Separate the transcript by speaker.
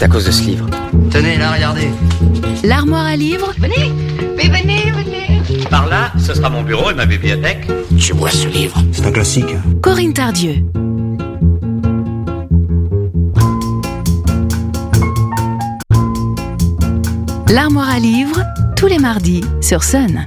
Speaker 1: à cause de ce livre.
Speaker 2: Tenez, là, regardez.
Speaker 3: L'armoire à livres
Speaker 4: Venez, mais venez, venez.
Speaker 5: Par là, ce sera mon bureau et ma bibliothèque.
Speaker 6: Tu vois ce livre
Speaker 7: C'est un classique.
Speaker 3: Corinne Tardieu. L'armoire à livres, tous les mardis sur Sun.